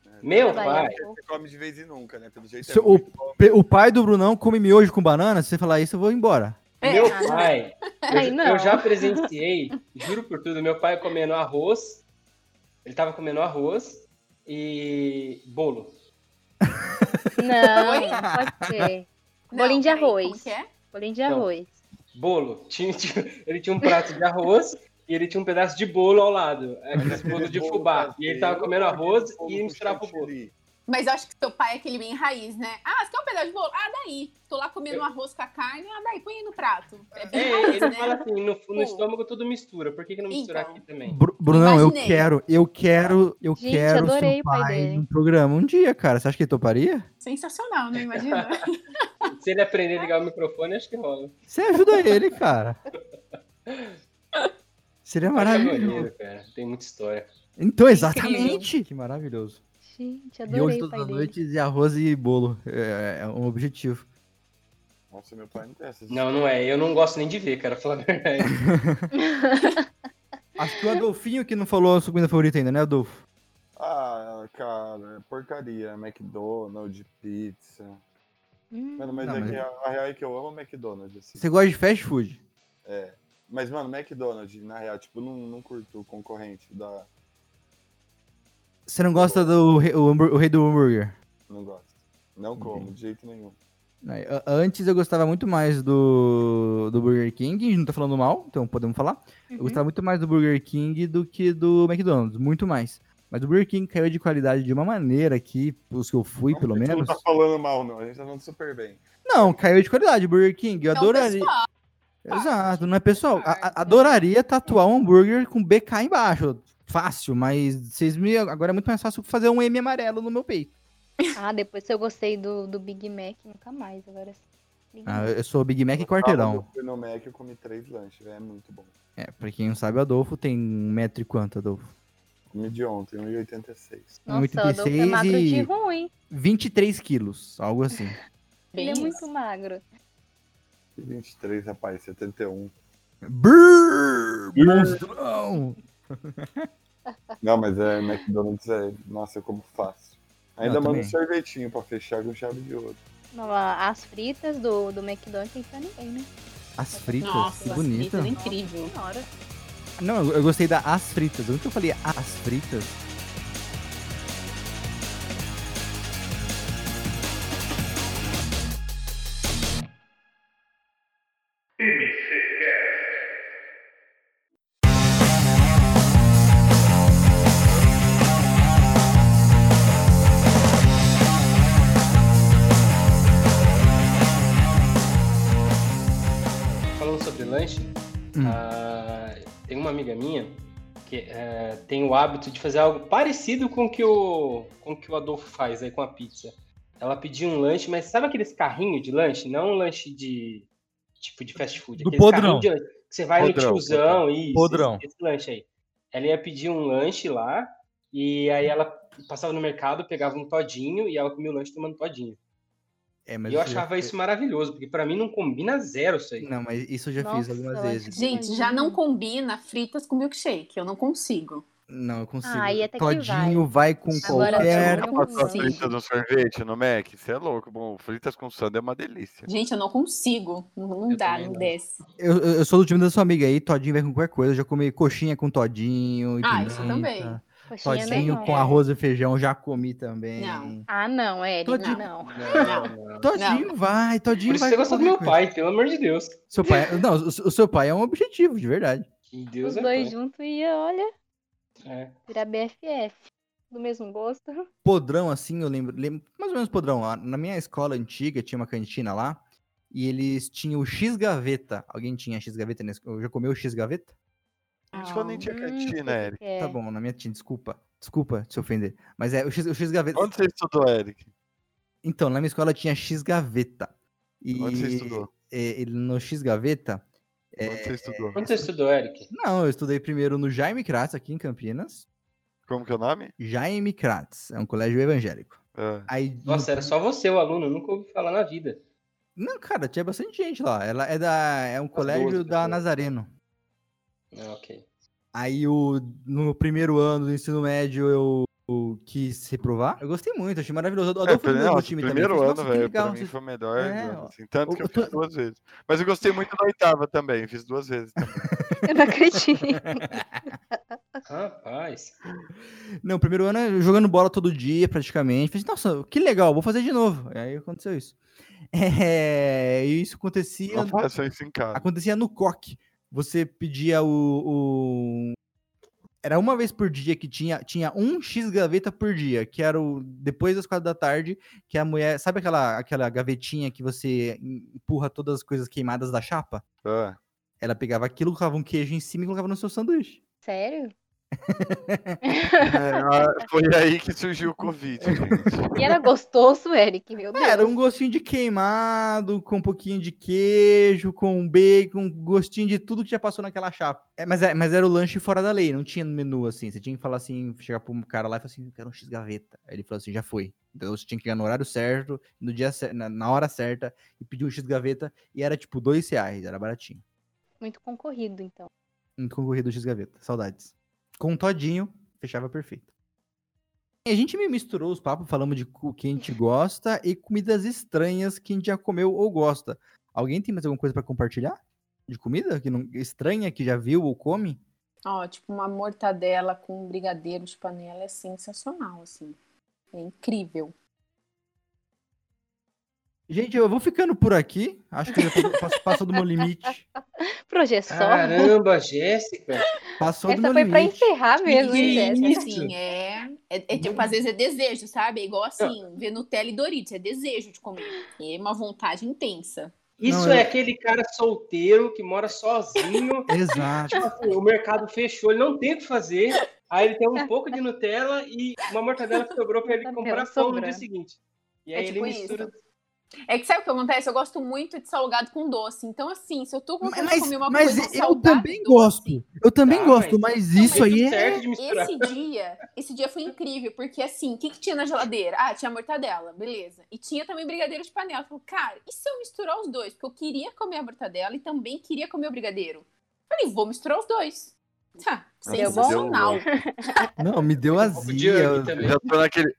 Speaker 3: É,
Speaker 4: Meu
Speaker 2: Trabalhar
Speaker 4: pai.
Speaker 2: um pouco.
Speaker 5: né? Você come de vez em nunca, né? Pelo jeito é
Speaker 1: Seu-
Speaker 5: muito bom.
Speaker 1: Pe- O pai do Brunão come miojo com banana, se você falar isso, eu vou embora.
Speaker 3: É.
Speaker 4: Meu
Speaker 2: Ah,
Speaker 4: pai.
Speaker 2: Ai,
Speaker 4: eu,
Speaker 2: não.
Speaker 4: eu já presenciei, juro por tudo, meu pai comendo arroz. Ele tava comendo arroz e bolo.
Speaker 2: Não, não pode ser.
Speaker 3: Não,
Speaker 2: Bolinho de
Speaker 3: peraí,
Speaker 2: arroz.
Speaker 3: Como que é?
Speaker 2: Bolinho de
Speaker 4: Não.
Speaker 2: arroz.
Speaker 4: Bolo. Tinha- tinha- ele tinha um prato de arroz e ele tinha um pedaço de bolo ao lado. Aqueles bolo de
Speaker 5: Bolo
Speaker 4: fubá. E ele tava
Speaker 5: brasileiro,
Speaker 4: comendo arroz
Speaker 5: bolo
Speaker 4: e
Speaker 5: com
Speaker 4: misturava o bolo.
Speaker 5: chantilly.
Speaker 3: Mas eu acho que seu pai é aquele bem raiz, né? Ah, você quer um pedaço de bolo? Ah, daí. Tô lá comendo um arroz com a carne, ah, daí, põe aí no prato. É bem
Speaker 4: É,
Speaker 3: raiz,
Speaker 4: ele
Speaker 3: né?
Speaker 4: fala assim, no, no
Speaker 3: Pô.
Speaker 4: estômago tudo mistura. Por que, que não misturar
Speaker 3: Então.
Speaker 4: aqui também?
Speaker 1: Bru- Brunão, eu
Speaker 3: Imaginei.
Speaker 1: quero, eu quero, eu
Speaker 2: Gente,
Speaker 1: quero
Speaker 2: adorei
Speaker 1: seu
Speaker 2: o pai dele.
Speaker 1: no programa. Um dia, cara, você acha que ele toparia?
Speaker 3: Sensacional, né? Imagina.
Speaker 4: Se ele aprender a ligar o microfone, acho que rola.
Speaker 1: Você ajuda ele, cara. Seria maravilhoso.
Speaker 4: é Maneiro, cara. Tem muita história.
Speaker 1: Então, exatamente. Que maravilhoso.
Speaker 2: Gente,
Speaker 1: Miojo
Speaker 2: adorei o
Speaker 1: todas
Speaker 2: pai
Speaker 1: as
Speaker 2: dele.
Speaker 1: noites e arroz e bolo. É, é um objetivo.
Speaker 5: Nossa, meu pai não tem essas.
Speaker 4: Não, não é. Eu não gosto nem de ver, cara, pra falar a verdade.
Speaker 1: Acho que o Adolfinho que não falou a sua comida favorita ainda, né, Adolfo?
Speaker 5: Ah, cara, porcaria. né? McDonald's, pizza.
Speaker 2: Hum,
Speaker 5: Mano, mas,
Speaker 1: Não,
Speaker 5: é
Speaker 1: mas-
Speaker 5: que a, a real é que eu amo McDonald's, assim.
Speaker 1: Você gosta de fast food?
Speaker 5: Mas, mano, McDonald's, na real, tipo, não, não curto o concorrente da.
Speaker 1: Você não gosta do rei, o hambúrguer- o rei do hambúrguer?
Speaker 5: Não gosto. Não como, de jeito nenhum.
Speaker 1: Não, a- Antes eu gostava muito mais do, do Burger King, não tô falando mal, então podemos falar. Eu
Speaker 5: Uhum.
Speaker 1: gostava muito mais do Burger King do que do McDonald's, muito mais. Mas o Burger King caiu de qualidade de uma maneira que, os que eu fui, pelo
Speaker 5: A gente
Speaker 1: menos.
Speaker 5: não tá falando mal, não. A gente tá falando super bem.
Speaker 1: Não, caiu de qualidade o Burger King. Eu
Speaker 3: Então,
Speaker 1: adoraria.
Speaker 3: pessoal,
Speaker 1: Exato, não é pessoal? a- a-
Speaker 3: Claro.
Speaker 1: adoraria tatuar um hambúrguer com BK embaixo. Fácil, mas vocês me. Agora é muito mais fácil fazer um M amarelo no meu peito.
Speaker 2: Ah, depois que eu gostei do, do Big Mac, nunca mais. Agora sim. Big
Speaker 1: Ah,
Speaker 2: Mac.
Speaker 1: eu sou Big Mac e
Speaker 5: Eu
Speaker 1: quarteirão.
Speaker 5: fui no Mac eu comi três lanches, velho. É muito bom.
Speaker 1: É, pra quem não sabe, o Adolfo tem um metro e quanto, Adolfo?
Speaker 5: Comi de ontem, 1,86.
Speaker 2: Nossa, o Adolfo é
Speaker 1: 86
Speaker 2: magro de
Speaker 1: e-
Speaker 2: ruim.
Speaker 1: 23 quilos, algo assim.
Speaker 3: Bem
Speaker 2: Ele é
Speaker 3: isso.
Speaker 2: muito magro.
Speaker 5: E 23, rapaz, 71.
Speaker 1: Brrr, monstrão.
Speaker 5: Não, mas é McDonald's é. Nossa, eu como fácil. Ainda
Speaker 1: Eu
Speaker 5: mando um
Speaker 1: também.
Speaker 5: sorvetinho pra fechar com chave de ouro.
Speaker 2: Não, a- As fritas do, do McDonald's tem pra ninguém, né?
Speaker 1: As fritas, é
Speaker 3: Nossa,
Speaker 1: que
Speaker 3: as
Speaker 1: bonita.
Speaker 3: fritas, Incrível.
Speaker 2: Nossa senhora.
Speaker 1: Não, eu, eu gostei da as fritas. Onde que eu falei as fritas?
Speaker 4: Falando sobre lanche,
Speaker 1: Hum.
Speaker 4: ah, tem uma amiga minha que eh, tem o hábito de fazer algo parecido com o que o, com o que o Adolfo faz aí com a pizza. Ela pediu um lanche, mas sabe aqueles carrinhos de lanche? Não um lanche de tipo de fast food.
Speaker 1: Do
Speaker 4: aqueles
Speaker 1: podrão.
Speaker 4: carrinhos de lanche que você vai
Speaker 5: Podrão,
Speaker 4: no tiozão, isso,
Speaker 1: Podrão.
Speaker 4: Esse, esse lanche aí. Ela ia pedir um lanche lá, e aí ela passava no mercado, pegava um todinho e ela comia o lanche tomando todinho.
Speaker 1: É, mas
Speaker 4: e eu
Speaker 1: isso já
Speaker 4: achava
Speaker 1: fiz-
Speaker 4: isso maravilhoso, porque pra mim não combina zero isso aí.
Speaker 1: Não, mas isso eu já fiz
Speaker 2: Nossa,
Speaker 1: algumas
Speaker 2: eu acho
Speaker 1: vezes.
Speaker 3: Gente, já não combina fritas com milkshake. Eu não consigo.
Speaker 1: Não, eu consigo.
Speaker 2: Ah, aí até que
Speaker 1: Todinho vai, com
Speaker 2: Agora
Speaker 1: qualquer.
Speaker 2: eu
Speaker 5: Com
Speaker 2: não
Speaker 5: as
Speaker 2: consigo.
Speaker 5: fritas no sorvete, no Mac, você é louco. Bom, fritas com sando é uma delícia.
Speaker 3: Gente, eu não consigo. Não, não
Speaker 4: Eu
Speaker 3: dá,
Speaker 4: também
Speaker 3: não
Speaker 4: não.
Speaker 3: desce.
Speaker 1: Eu, eu- eu sou do time da sua amiga aí, Todinho vai com qualquer coisa. Eu já comi coxinha com Todinho. e
Speaker 3: Ah, isso
Speaker 1: pimenta,
Speaker 3: também.
Speaker 2: Coxinha
Speaker 1: Todinho
Speaker 2: não.
Speaker 1: com arroz e feijão, já comi também.
Speaker 3: Não.
Speaker 2: Ah, é não, é, ele
Speaker 1: Todinho.
Speaker 2: não.
Speaker 4: Não, não.
Speaker 1: Todinho vai, Todinho
Speaker 4: Por isso
Speaker 1: vai.
Speaker 4: você
Speaker 1: com
Speaker 4: gostou do
Speaker 1: qualquer
Speaker 4: meu
Speaker 1: coisa.
Speaker 4: pai, pelo amor de Deus.
Speaker 1: Seu pai. Não, o, o seu pai é um objetivo, de verdade.
Speaker 4: Que
Speaker 2: Os
Speaker 4: Deus é
Speaker 2: dois
Speaker 4: pai.
Speaker 2: juntos ia, olha,
Speaker 4: É.
Speaker 2: virar BFF. Do mesmo gosto.
Speaker 1: podrão assim, eu lembro, lembro mais ou menos podrão. lá. Na minha escola antiga tinha uma cantina lá e eles tinham o X gaveta. Alguém tinha X gaveta nesse? Já comeu o X gaveta?
Speaker 5: A gente nem tinha
Speaker 2: Hum,
Speaker 5: cantina, Eric.
Speaker 2: É.
Speaker 1: Tá bom, na minha tinha, desculpa. Desculpa te ofender, mas é o X, o X gaveta.
Speaker 5: Onde você estudou, Eric?
Speaker 1: Então, na minha escola tinha X gaveta. E
Speaker 5: Onde você estudou?
Speaker 1: é, ele no X gaveta. é,
Speaker 5: Onde você estudou?
Speaker 4: Quando você estudou, Eric?
Speaker 1: não, eu estudei primeiro no Jaime Kratz aqui em Campinas.
Speaker 5: Como que é o nome?
Speaker 1: Jaime Kratz, é um colégio evangélico.
Speaker 5: Ah,
Speaker 1: Aí no
Speaker 4: Nossa, era só você o aluno, eu nunca ouvi falar na vida.
Speaker 1: Não, cara, tinha bastante gente lá. Ela é da é um colégio
Speaker 4: 12
Speaker 1: da
Speaker 4: pessoas.
Speaker 1: Nazareno.
Speaker 4: Ah, ok.
Speaker 1: Aí o no primeiro ano do ensino médio eu, eu quis reprovar. Eu gostei muito, achei maravilhoso. O
Speaker 5: É,
Speaker 1: Adolfo
Speaker 5: foi-
Speaker 1: do
Speaker 5: nossa,
Speaker 1: time também.
Speaker 5: primeiro
Speaker 1: Falei,
Speaker 5: ano,
Speaker 1: "Nossa, que
Speaker 5: velho, pra
Speaker 1: legal,
Speaker 5: mim
Speaker 1: vocês-
Speaker 5: foi o melhor.
Speaker 1: É,
Speaker 5: ano,
Speaker 1: ó.
Speaker 5: assim, tanto que
Speaker 1: Eu
Speaker 5: eu fiz
Speaker 1: tô-
Speaker 5: duas vezes. Mas eu gostei muito da oitava também, fiz duas vezes. tá? também.
Speaker 2: Eu não acredito.
Speaker 4: Rapaz.
Speaker 1: Não, primeiro ano eu jogando bola todo dia, praticamente. Falei, nossa, que legal, vou fazer de novo. Aí aconteceu isso. É, e isso acontecia.
Speaker 5: Não façam isso em casa.
Speaker 1: acontecia no coque. Você pedia o, o- Era uma vez por dia que tinha, tinha um X gaveta por dia, que era o depois das quatro da tarde, que a mulher. Sabe aquela, aquela gavetinha que você em- empurra todas as coisas queimadas da chapa?
Speaker 5: Ah,
Speaker 1: Ela pegava aquilo, colocava um queijo em cima e colocava no seu sanduíche.
Speaker 2: Sério?
Speaker 5: é, ah, foi aí que surgiu o Covid, gente.
Speaker 2: E era gostoso, Eric, meu Deus.
Speaker 1: Era um gostinho de queimado, com um pouquinho de queijo, com um bacon, um gostinho de tudo que já passou naquela chapa. É, mas, é- mas era o lanche fora da lei, não tinha no menu assim. Você tinha que falar assim, chegar pro cara lá e falar assim, eu quero um X-gaveta. Aí ele falou assim, já foi. Então você tinha que chegar no horário certo, no dia cer- na, na hora certa, e pedir um X-gaveta, e era tipo dois reais, era baratinho.
Speaker 2: Muito concorrido, então.
Speaker 1: Um concorrido X-gaveta, saudades. Com um todinho, fechava perfeito. E a gente me misturou os papos, falamos de o que a gente gosta e comidas estranhas que a gente já comeu ou gosta. Alguém tem mais alguma coisa pra compartilhar? De comida que não estranha que já viu ou come?
Speaker 3: Ó, tipo, uma mortadela com um brigadeiro de panela é sensacional, assim. É incrível.
Speaker 1: Gente, eu vou ficando por aqui. Acho que já passou- pass- passou do meu limite.
Speaker 2: Projeção.
Speaker 4: Caramba, Jéssica.
Speaker 1: Passou do
Speaker 2: Essa
Speaker 1: meu
Speaker 2: foi pra
Speaker 1: limite.
Speaker 2: encerrar mesmo, hein,
Speaker 4: Que
Speaker 2: Jéssica?
Speaker 4: isso?
Speaker 3: assim, é, é, é tipo, às vezes é desejo, sabe? É igual assim, ver Nutella e Doritos, é desejo de comer. É uma vontade intensa.
Speaker 4: Isso
Speaker 1: Não,
Speaker 4: é
Speaker 1: eu-
Speaker 4: aquele cara solteiro que mora sozinho.
Speaker 1: Exato.
Speaker 4: Tipo assim, o mercado fechou, ele não tem o que fazer. Aí ele tem um pouco de Nutella e uma mortadela que sobrou pra ele
Speaker 2: Tá
Speaker 4: comprar
Speaker 2: vendo?
Speaker 4: pão no
Speaker 2: Sobrando.
Speaker 4: dia seguinte. E
Speaker 3: É
Speaker 4: aí
Speaker 3: tipo
Speaker 4: ele mistura
Speaker 3: É que sabe o que acontece? Eu gosto muito de salgado com doce. Então, assim, se eu tô com vontade de
Speaker 1: Mas,
Speaker 3: comer uma
Speaker 1: mas
Speaker 3: coisa
Speaker 1: eu
Speaker 3: salgada
Speaker 1: também
Speaker 3: e doce,
Speaker 1: gosto. Eu também
Speaker 4: Tá,
Speaker 1: gosto,
Speaker 4: mas-
Speaker 1: mas
Speaker 3: Não,
Speaker 1: isso
Speaker 3: mas
Speaker 1: aí
Speaker 4: Tudo
Speaker 1: é.
Speaker 4: certo de misturar.
Speaker 3: Esse dia, esse dia foi incrível, porque assim, o que, que tinha na geladeira? Ah, tinha mortadela, beleza. E tinha também brigadeiro de panela. Eu Falei, cara, e se eu misturar os dois? Porque eu queria comer a mortadela e também queria comer o brigadeiro. Falei, vou misturar os dois. Tá,
Speaker 5: Nossa,
Speaker 3: sensacional.
Speaker 5: deu
Speaker 1: Não, me deu
Speaker 4: Um pouco de Yami
Speaker 1: azia.
Speaker 5: Eu
Speaker 4: também.
Speaker 5: já tô naquele.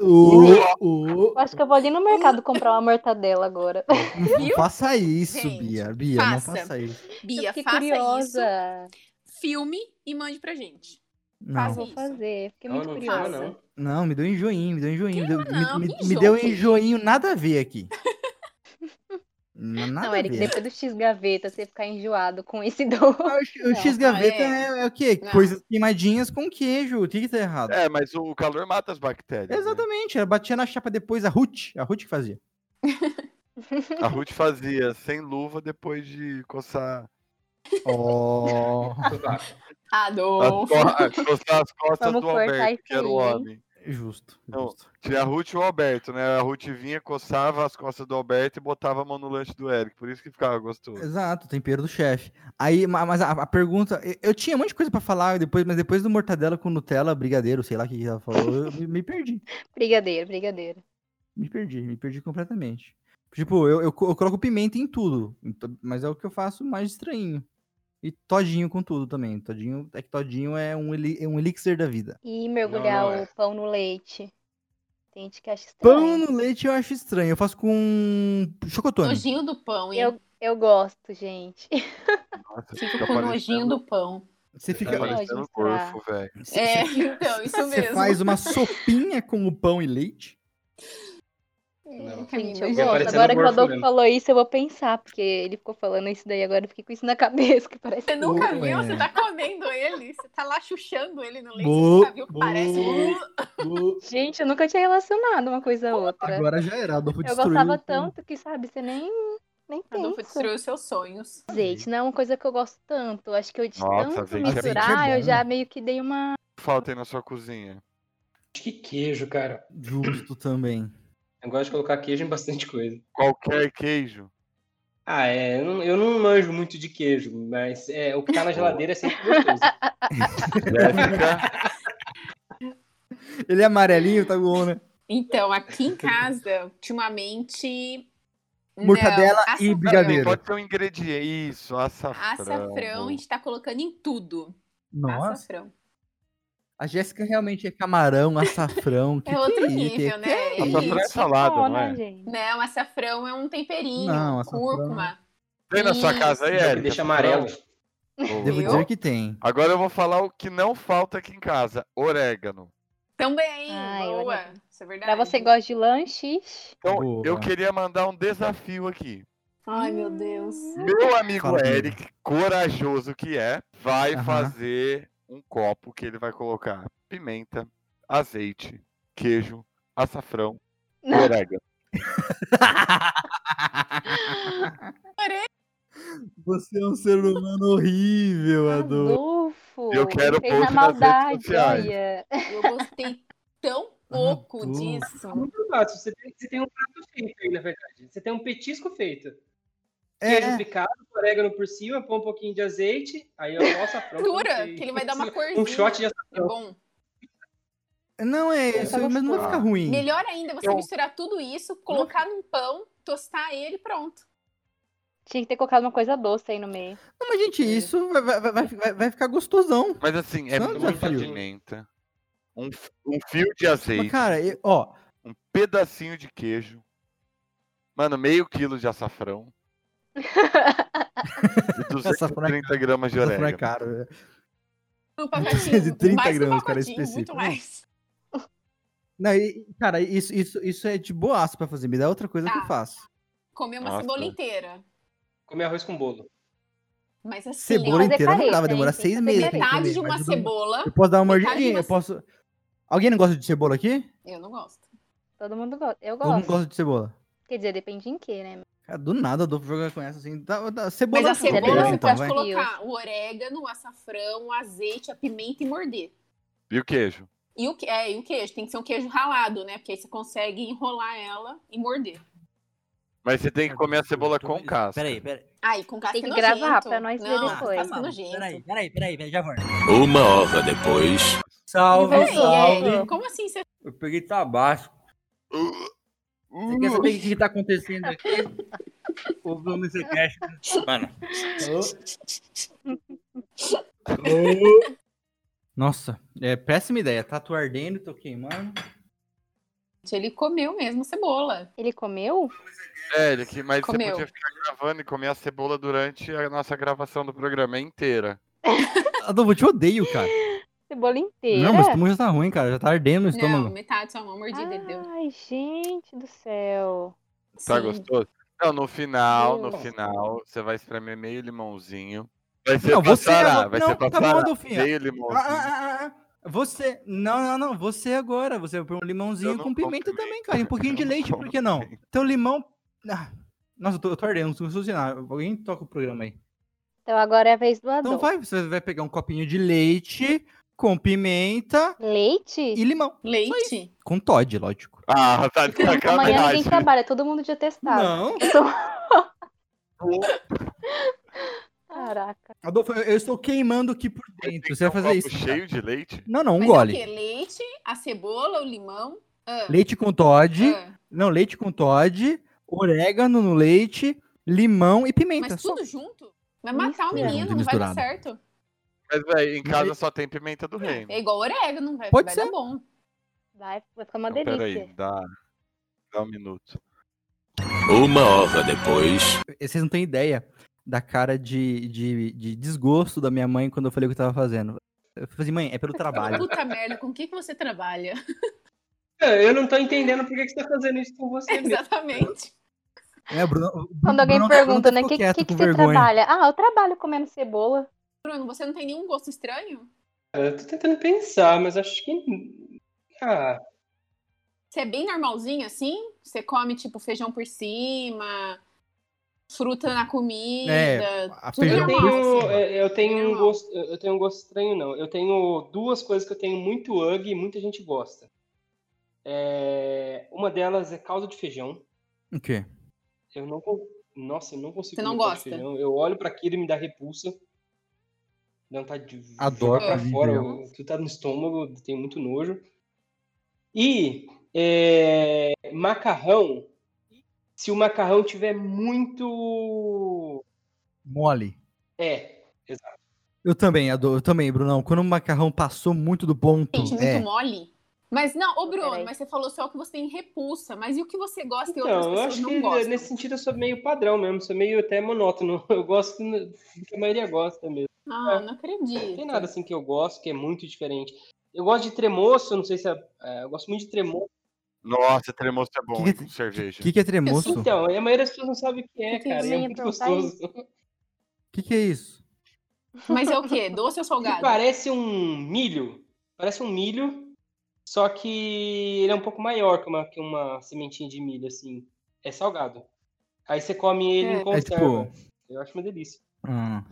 Speaker 1: O, o,
Speaker 2: Eu acho que eu vou ali no mercado comprar uma mortadela agora.
Speaker 1: não
Speaker 3: Viu?
Speaker 1: faça isso,
Speaker 3: Gente,
Speaker 1: Bia. Bia,
Speaker 3: faça.
Speaker 1: não faça isso.
Speaker 2: eu
Speaker 3: Bia,
Speaker 2: fiquei
Speaker 3: faça
Speaker 2: curiosa.
Speaker 3: isso, filme e mande pra gente.
Speaker 1: Não.
Speaker 3: Faça
Speaker 2: Vou
Speaker 3: isso.
Speaker 2: fazer. Fiquei
Speaker 4: Não,
Speaker 2: muito
Speaker 4: não
Speaker 2: curiosa.
Speaker 4: chama, não.
Speaker 1: Não, me deu enjoinho, me deu enjoinho. me deu-
Speaker 3: não,
Speaker 1: me,
Speaker 3: que
Speaker 1: me- me deu
Speaker 3: enjoo.
Speaker 1: enjoinho, nada a ver aqui. Não, nada
Speaker 2: Não,
Speaker 1: a
Speaker 2: Eric,
Speaker 1: ver.
Speaker 2: depois do X-Gaveta, você ficar enjoado com esse doce.
Speaker 1: Ah, o X- O
Speaker 3: Não,
Speaker 1: X-gaveta
Speaker 3: é.
Speaker 1: é... é o quê?
Speaker 3: Não.
Speaker 1: Coisas queimadinhas com queijo. O que que tá errado?
Speaker 5: É, mas o calor mata as bactérias. né?
Speaker 1: Exatamente, ela batia na chapa depois, a Ruth, a Ruth que fazia.
Speaker 5: A Ruth fazia sem luva depois de coçar,
Speaker 1: Oh,
Speaker 5: as,
Speaker 3: Adolfo.
Speaker 5: co- ah, coçar as costas
Speaker 2: Vamos
Speaker 5: do
Speaker 2: cortar
Speaker 5: Alberto,
Speaker 2: isso
Speaker 5: que era o
Speaker 2: aí, hein?
Speaker 5: homem.
Speaker 1: justo,
Speaker 5: Não.
Speaker 1: justo.
Speaker 5: Tinha a Ruth e o Alberto, né? A Ruth vinha, coçava as costas do Alberto e botava a mão no lanche do Eric. Por isso que ficava gostoso.
Speaker 1: Exato, tempero do chefe. Aí, ma- mas a, a pergunta, eu- eu tinha um monte de coisa pra falar depois, mas depois do mortadela com Nutella, brigadeiro, sei lá o que que ela falou, eu me, me perdi.
Speaker 2: Brigadeiro, brigadeiro.
Speaker 1: Me perdi, me perdi completamente. Tipo, eu, eu, co- eu coloco pimenta em tudo, em to- mas é o que eu faço mais estranho. E todinho com tudo também. Todinho, é que todinho é um, eli- é um elixir da vida.
Speaker 2: E mergulhar
Speaker 4: Não, não é.
Speaker 2: o pão no leite. Tem gente que acha estranho.
Speaker 1: Pão no leite eu acho estranho. Eu faço com chocotone.
Speaker 3: Nojinho do pão, hein?
Speaker 2: Eu, eu gosto, gente.
Speaker 5: Nossa,
Speaker 3: Fico com nojinho do pão.
Speaker 1: Você
Speaker 5: Fica
Speaker 1: fica.
Speaker 2: Pode
Speaker 5: parecendo
Speaker 2: misturar.
Speaker 5: gorfo, velho.
Speaker 1: Você
Speaker 3: É, então, isso mesmo.
Speaker 1: faz uma sopinha com o pão e leite.
Speaker 4: Não.
Speaker 2: Gente,
Speaker 3: Camila,
Speaker 2: eu
Speaker 3: já
Speaker 2: gosto.
Speaker 4: parecendo
Speaker 2: Agora que o
Speaker 4: gorfo né?
Speaker 2: Adolfo
Speaker 4: mesmo.
Speaker 2: falou isso, eu vou pensar, porque ele ficou falando isso daí agora, eu fiquei com isso na cabeça, que parece.
Speaker 3: Você nunca
Speaker 1: Boa,
Speaker 3: viu?
Speaker 1: é.
Speaker 3: Você tá comendo ele? Você tá lá chuchando ele no leite?
Speaker 1: Boa,
Speaker 3: Você nunca viu que
Speaker 1: boa.
Speaker 3: parece? Uh,
Speaker 2: Gente, eu nunca tinha relacionado uma coisa a outra.
Speaker 1: Agora já era. Adolfo
Speaker 2: eu
Speaker 1: destruiu.
Speaker 2: gostava
Speaker 1: o pão.
Speaker 2: tanto que, sabe, você nem, nem
Speaker 3: Adolfo
Speaker 2: pensa.
Speaker 3: destruiu seus sonhos.
Speaker 2: Azeite não é uma coisa que eu gosto tanto. Acho que eu de
Speaker 5: Nossa,
Speaker 2: tanto
Speaker 5: azeite
Speaker 1: é
Speaker 2: misturar,
Speaker 1: bom.
Speaker 2: eu já meio que dei uma.
Speaker 5: Falta aí na sua cozinha.
Speaker 4: Acho que queijo, cara.
Speaker 1: Justo também.
Speaker 4: Eu gosto de colocar queijo em bastante coisa.
Speaker 5: Qualquer queijo.
Speaker 4: Ah, é. Eu não, eu não manjo muito de queijo, mas é, o que tá na geladeira é sempre gostoso.
Speaker 5: Jéssica,
Speaker 1: Ele é amarelinho, tá bom, né?
Speaker 3: Então, aqui em casa, ultimamente. não,
Speaker 1: Mortadela e
Speaker 3: açafrão.
Speaker 1: brigadeiro.
Speaker 5: pode ser um ingrediente. Isso, açafrão.
Speaker 3: Açafrão, a gente tá colocando em tudo.
Speaker 1: Nossa.
Speaker 3: Açafrão.
Speaker 1: A Jéssica realmente é camarão, açafrão. que
Speaker 3: É outro
Speaker 1: que isso?
Speaker 3: nível, né?
Speaker 1: que
Speaker 5: Açafrão
Speaker 1: isso?
Speaker 5: é salada,
Speaker 2: Ó,
Speaker 5: não
Speaker 2: né,
Speaker 5: é?
Speaker 2: gente?
Speaker 3: Não, açafrão é um temperinho,
Speaker 1: Não, açafrão- é
Speaker 3: cúrcuma.
Speaker 5: Tem na sua casa aí,
Speaker 4: É o que
Speaker 5: Eric?
Speaker 4: deixa
Speaker 5: açafrão?
Speaker 4: amarelo.
Speaker 5: Boa.
Speaker 1: Devo
Speaker 3: Eu?
Speaker 1: dizer que tem.
Speaker 5: Agora eu vou falar o que não falta aqui em casa: orégano.
Speaker 3: Também,
Speaker 2: Ai,
Speaker 3: boa.
Speaker 2: olha.
Speaker 3: Isso é verdade.
Speaker 2: Pra você que gosta de lanche,
Speaker 5: Então,
Speaker 1: Boa.
Speaker 5: eu queria mandar um desafio aqui.
Speaker 3: Ai, meu Deus.
Speaker 2: Hum.
Speaker 5: Meu amigo
Speaker 1: Fala comigo.
Speaker 5: Eric, corajoso que é, vai
Speaker 1: Aham.
Speaker 5: fazer um copo que ele vai colocar pimenta, azeite, queijo, açafrão e
Speaker 2: Não.
Speaker 5: orégano.
Speaker 1: Você é um ser humano horrível,
Speaker 3: Ah,
Speaker 1: Adolfo.
Speaker 2: Adolfo.
Speaker 5: Eu quero
Speaker 2: entrei
Speaker 5: post
Speaker 2: na
Speaker 5: nas redes
Speaker 2: maldade,
Speaker 5: sociais.
Speaker 2: olha.
Speaker 3: Eu gostei
Speaker 1: Ah,
Speaker 3: tão pouco
Speaker 1: Adolfo.
Speaker 3: disso.
Speaker 4: É Muito fácil. Você tem, você tem um prato feito aí, na verdade. Você tem um petisco feito. Queijo
Speaker 1: É,
Speaker 4: picado, orégano por cima, põe um pouquinho de azeite, aí eu posso açafrão.
Speaker 3: Dura,
Speaker 4: não sei.
Speaker 3: que ele vai dar uma corzinha.
Speaker 4: Um shot de açafrão.
Speaker 3: É bom.
Speaker 1: não é isso, mas não vai ficar ruim.
Speaker 3: Melhor ainda você
Speaker 5: Eu-
Speaker 3: misturar tudo isso, colocar num pão, tostar ele e pronto.
Speaker 2: Tinha que ter colocado uma coisa doce aí no meio.
Speaker 1: Não, mas gente,
Speaker 2: É.
Speaker 1: isso vai, vai- vai- vai- vai ficar gostosão.
Speaker 5: Mas assim, é
Speaker 1: Isso é um
Speaker 5: muita
Speaker 1: desafio.
Speaker 5: pimenta, um, f- um fio de
Speaker 1: Mas,
Speaker 5: azeite,
Speaker 1: cara, eu- ó,
Speaker 5: um pedacinho de queijo, mano, meio quilo de açafrão e 230 gramas de
Speaker 1: isso não é
Speaker 5: orégano.
Speaker 1: caro. né?
Speaker 3: No Um pacotinho.
Speaker 1: 230
Speaker 3: mais no
Speaker 1: gramas, cara, é
Speaker 3: pacotinho,
Speaker 1: específico.
Speaker 3: Muito mais.
Speaker 1: Não, e- cara, isso, isso, isso é de boaço pra fazer. Me dá outra coisa que eu
Speaker 3: Tá.
Speaker 1: faço.
Speaker 3: Comer uma
Speaker 5: Nossa.
Speaker 3: cebola inteira.
Speaker 4: Comer arroz com bolo.
Speaker 3: Mas assim,
Speaker 1: Cebola
Speaker 2: fazer
Speaker 1: inteira não dá,
Speaker 2: careta,
Speaker 1: vai demorar
Speaker 2: hein? Tem
Speaker 1: seis
Speaker 2: que
Speaker 1: meses. pra
Speaker 2: fazer
Speaker 1: eu
Speaker 3: metade
Speaker 1: comer,
Speaker 3: de uma
Speaker 1: mas eu não-
Speaker 3: cebola,
Speaker 1: Eu posso dar uma
Speaker 3: metade de
Speaker 1: mordidinha,
Speaker 3: uma
Speaker 1: eu posso... Alguém não gosta de cebola aqui?
Speaker 3: eu não gosto.
Speaker 2: Todo mundo gosta. Eu
Speaker 1: Todo
Speaker 2: gosto.
Speaker 1: mundo gosta de cebola.
Speaker 2: Quer dizer, depende em que, né?
Speaker 1: Cara, do nada, Adolfo joga com essa assim. Dá, dá, cebola
Speaker 3: Mas a
Speaker 1: eu vou
Speaker 2: Cebola
Speaker 3: cebola
Speaker 1: pegar,
Speaker 3: você
Speaker 1: então,
Speaker 3: pode
Speaker 1: vai.
Speaker 3: colocar o orégano, o açafrão, o azeite, a pimenta e morder.
Speaker 5: E o queijo?
Speaker 3: E o, que- é, e o queijo, tem que ser um queijo ralado, né? Porque aí você consegue enrolar ela e morder.
Speaker 5: Mas você tem que comer a cebola com casca.
Speaker 6: Peraí, peraí.
Speaker 3: Ai, com casca
Speaker 2: Tem que
Speaker 3: é
Speaker 2: gravar
Speaker 3: nojento.
Speaker 2: pra nós ver
Speaker 3: Não,
Speaker 2: depois.
Speaker 3: Casca é
Speaker 6: Calma,
Speaker 3: nojento.
Speaker 6: Peraí, peraí, peraí, peraí, já volto.
Speaker 7: Uma hora depois.
Speaker 6: Salve,
Speaker 2: Peraí,
Speaker 6: salve.
Speaker 2: é.
Speaker 3: Como assim você
Speaker 6: Eu peguei tabasco. Você
Speaker 5: Uh!
Speaker 6: quer saber o que que tá acontecendo aqui? O Bruno se mexe. Mano.
Speaker 1: Nossa, é péssima ideia. Tá tu ardendo, tô queimando.
Speaker 3: Ele comeu mesmo cebola.
Speaker 2: Ele comeu?
Speaker 5: É, ele que- mas você
Speaker 3: Comeu.
Speaker 5: podia ficar gravando e comer a cebola durante a nossa gravação do programa inteira.
Speaker 1: Adolfo, eu te odeio, cara.
Speaker 2: Cebola inteira?
Speaker 1: Não, meu estômago já tá ruim, cara. Já tá ardendo o
Speaker 3: Não,
Speaker 1: estômago.
Speaker 3: metade só uma mordida
Speaker 2: Ah.
Speaker 3: ele deu.
Speaker 2: Ai, gente do céu.
Speaker 5: Tá
Speaker 3: Sim.
Speaker 5: gostoso? Não, no final, no
Speaker 2: Hum.
Speaker 5: final, você vai espremer meio limãozinho. Vai ser
Speaker 1: Não,
Speaker 5: pra
Speaker 1: você
Speaker 5: sarar,
Speaker 1: agora-
Speaker 5: vai
Speaker 1: não,
Speaker 5: ser pra
Speaker 1: tá bom,
Speaker 5: sarar.
Speaker 1: Adolfinho.
Speaker 5: meio
Speaker 1: Ah,
Speaker 5: limãozinho.
Speaker 1: ah, ah, ah. Você. Não, não, não. Você agora. Você põe um
Speaker 5: Eu
Speaker 1: limãozinho
Speaker 5: não
Speaker 1: com pimenta
Speaker 5: como
Speaker 1: também, cara. E um pouquinho de
Speaker 5: Eu não
Speaker 1: leite,
Speaker 5: como
Speaker 1: por que não? Então, limão. Ah, Nossa, eu tô, eu tô ardendo, não consigo solucionar. Alguém toca o programa
Speaker 3: Tá
Speaker 1: aí.
Speaker 2: Então agora é a vez do
Speaker 1: Então
Speaker 2: Adolfo.
Speaker 1: vai, você vai pegar um copinho de leite com pimenta
Speaker 2: Leite?
Speaker 1: e limão.
Speaker 3: Leite?
Speaker 1: Com Todd, lógico.
Speaker 5: Ah, tá de
Speaker 2: Amanhã ninguém
Speaker 5: sacanagem.
Speaker 2: trabalha, todo mundo de
Speaker 3: Tá.
Speaker 2: atestado.
Speaker 1: Não,
Speaker 2: Caraca.
Speaker 1: Adolfo, eu, eu estou queimando aqui por dentro. Você vai fazer
Speaker 5: um Copo
Speaker 1: isso. cara.
Speaker 5: cheio de leite?
Speaker 1: Não, não, um
Speaker 3: Mas
Speaker 1: gole.
Speaker 3: é o quê? Leite, a cebola, o limão. Ah,
Speaker 1: Leite com Todd.
Speaker 3: ah.
Speaker 1: Não, leite com Todd, orégano no leite, limão e pimenta.
Speaker 3: Mas
Speaker 1: só.
Speaker 3: tudo junto? Vai matar o
Speaker 1: Misturado.
Speaker 3: menino, não vai dar
Speaker 1: Misturado.
Speaker 3: certo.
Speaker 5: Mas, velho, em casa
Speaker 1: Mas-
Speaker 5: só tem pimenta do reino.
Speaker 3: É igual orégano, vai,
Speaker 1: Pode
Speaker 3: vai
Speaker 1: ser.
Speaker 3: dar bom.
Speaker 2: Vai, vai ficar uma
Speaker 5: Então,
Speaker 2: delícia.
Speaker 5: peraí, dá, dá um minuto.
Speaker 7: Uma hora depois.
Speaker 1: eh, Vocês não têm ideia da cara de, de, de desgosto da minha mãe quando eu falei o que eu tava fazendo. Eu falei assim, mãe, é pelo trabalho.
Speaker 3: Puta merda, com o que, que você trabalha?
Speaker 4: É, Eu não tô entendendo por que que você tá fazendo isso com você mesmo.
Speaker 3: Exatamente.
Speaker 1: É, Bruno, o
Speaker 2: Quando alguém
Speaker 1: Bruno-
Speaker 2: pergunta,
Speaker 1: Bruno
Speaker 2: né, o
Speaker 1: ficou
Speaker 2: que,
Speaker 1: quieto
Speaker 2: que, que
Speaker 1: com
Speaker 2: você
Speaker 1: vergonha.
Speaker 2: trabalha? Ah, eu trabalho comendo cebola.
Speaker 3: Bruno, você não tem nenhum gosto estranho?
Speaker 4: Cara, eu tô tentando pensar, mas acho que. Ah,
Speaker 3: Você é bem normalzinho assim? Você come, tipo, feijão por cima, fruta na comida.
Speaker 1: É, a
Speaker 3: tudo
Speaker 1: feijão
Speaker 4: eu
Speaker 1: por
Speaker 3: normal,
Speaker 4: tenho,
Speaker 3: assim.
Speaker 4: é, eu tenho um
Speaker 3: Normal.
Speaker 4: gosto, eu tenho um gosto estranho não. Eu tenho duas coisas que eu tenho muito hug e muita gente gosta. É, uma delas é caldo de feijão.
Speaker 1: O quê?
Speaker 4: Eu não, con- nossa, eu não consigo.
Speaker 3: Você não
Speaker 4: comer caldo
Speaker 3: gosta?
Speaker 4: de feijão. Eu olho pra aquilo e me dá repulsa. Dá vontade de
Speaker 1: Adoro
Speaker 4: jogar pra
Speaker 1: caldo de
Speaker 4: fora.
Speaker 1: feijão.
Speaker 4: eu- Tu tá no estômago, eu tenho muito nojo. E é, macarrão. Se o macarrão tiver muito,
Speaker 1: Mole.
Speaker 4: é,
Speaker 1: Eu também, adoro, eu também, Brunão. Quando o macarrão passou muito do ponto.
Speaker 3: Gente, muito
Speaker 1: é,
Speaker 3: mole. Mas não, ô Bruno,
Speaker 2: Peraí.
Speaker 3: mas você falou só que você tem repulsa. Mas e o que você gosta e outras
Speaker 4: Então, eu
Speaker 3: pessoas
Speaker 4: acho
Speaker 3: não
Speaker 4: que
Speaker 3: gostam?
Speaker 4: nesse sentido eu sou meio padrão mesmo, sou meio até monótono. Eu gosto do que a maioria gosta mesmo.
Speaker 3: Ah, não
Speaker 4: é. Não
Speaker 3: acredito.
Speaker 4: tem nada assim que eu gosto, que é muito diferente. Eu gosto de tremoço, não sei se é, é, Eu gosto muito de tremoço.
Speaker 5: Nossa, tremoço é bom
Speaker 1: Que
Speaker 5: hein,
Speaker 1: que-
Speaker 5: com cerveja.
Speaker 1: o que, que é tremoço? O
Speaker 4: Então, a maioria das pessoas não sabe o que é,
Speaker 3: Que que
Speaker 4: cara.
Speaker 3: é
Speaker 4: e É
Speaker 2: isso?
Speaker 4: muito
Speaker 2: Então, tá aí.
Speaker 4: gostoso.
Speaker 1: que, que é isso?
Speaker 3: Mas é o quê? Doce ou salgado?
Speaker 4: Parece um milho. Parece um milho, só que ele é um pouco maior que uma, que uma sementinha de milho, assim. É salgado. Aí você come ele
Speaker 3: É.
Speaker 4: em conserva. Eu acho uma delícia.
Speaker 1: Hum.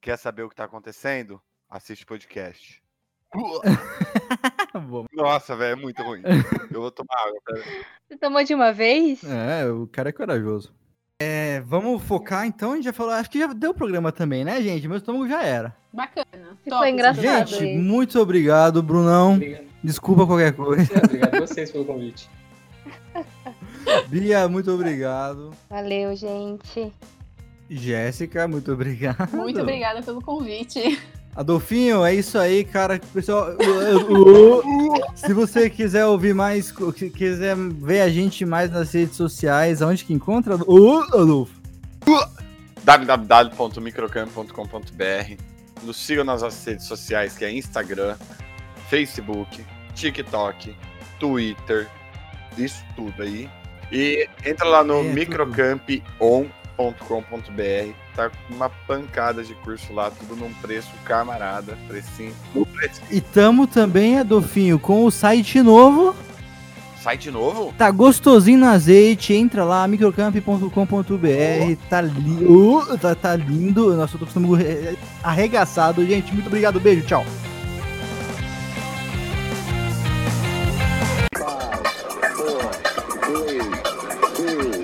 Speaker 5: Quer saber o que tá acontecendo? Assiste o podcast.
Speaker 1: Bom,
Speaker 5: Nossa, velho, é muito ruim. Eu vou tomar água. pera.
Speaker 2: Você tomou de uma vez?
Speaker 1: É, o cara é corajoso. É, vamos focar então, a gente já falou, acho que já deu o programa também, né, gente? Meu estômago já era.
Speaker 3: Bacana.
Speaker 2: Ficou
Speaker 3: Top,
Speaker 2: engraçado.
Speaker 3: obrigado.
Speaker 1: Gente,
Speaker 2: aí.
Speaker 1: muito obrigado, Brunão.
Speaker 4: Obrigado,
Speaker 1: Desculpa qualquer coisa.
Speaker 4: obrigado a vocês pelo convite.
Speaker 1: Bia, muito obrigado.
Speaker 2: Valeu, gente.
Speaker 1: Jéssica, muito obrigado.
Speaker 3: Muito obrigada pelo convite.
Speaker 1: Adolfinho, é isso aí, cara. Pessoal, uh, uh, uh, se você quiser ouvir mais, co- que- quiser ver a gente mais nas redes sociais, aonde que encontra? Uh, Adolfo.
Speaker 5: www.microcamp.com.br Nos sigam nas nossas redes sociais, que é Instagram, Facebook, TikTok, Twitter, isso tudo aí. E entra lá no
Speaker 1: É, tudo.
Speaker 5: microcampion.com.br Tá com uma pancada de curso lá, tudo num preço camarada, precinho, no precinho.
Speaker 1: E tamo também, Adolfinho, com o site novo.
Speaker 5: Site novo?
Speaker 1: Tá gostosinho no azeite, entra lá, microcamp.com.br, tá, li uh, tá, tá lindo. Nossa, eu tô com o estômago re- arregaçado. Gente, muito obrigado, beijo, tchau.
Speaker 5: Dois, um,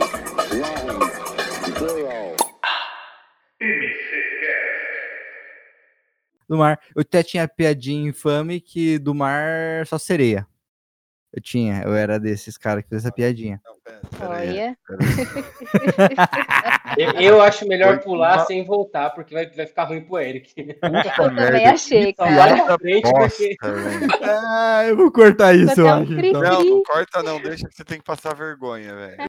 Speaker 1: do mar. Eu até tinha piadinha infame que do mar só sereia. Eu tinha, eu era desses caras que fez essa piadinha.
Speaker 5: Não, pera, pera aí.
Speaker 2: Olha.
Speaker 4: Eu, eu acho melhor
Speaker 5: Foi
Speaker 4: pular
Speaker 5: uma-
Speaker 4: sem voltar, porque vai, vai ficar ruim pro Eric.
Speaker 2: Eu também
Speaker 5: merda.
Speaker 2: achei,
Speaker 4: Lá
Speaker 2: cara.
Speaker 4: na frente vai
Speaker 5: Nossa,
Speaker 4: ser-
Speaker 5: velho.
Speaker 1: Ah, eu vou cortar isso, eu
Speaker 2: Vou dar um
Speaker 1: acho.
Speaker 2: cri-cri.
Speaker 1: então.
Speaker 5: Não, não corta não, deixa que você tem que passar vergonha, velho.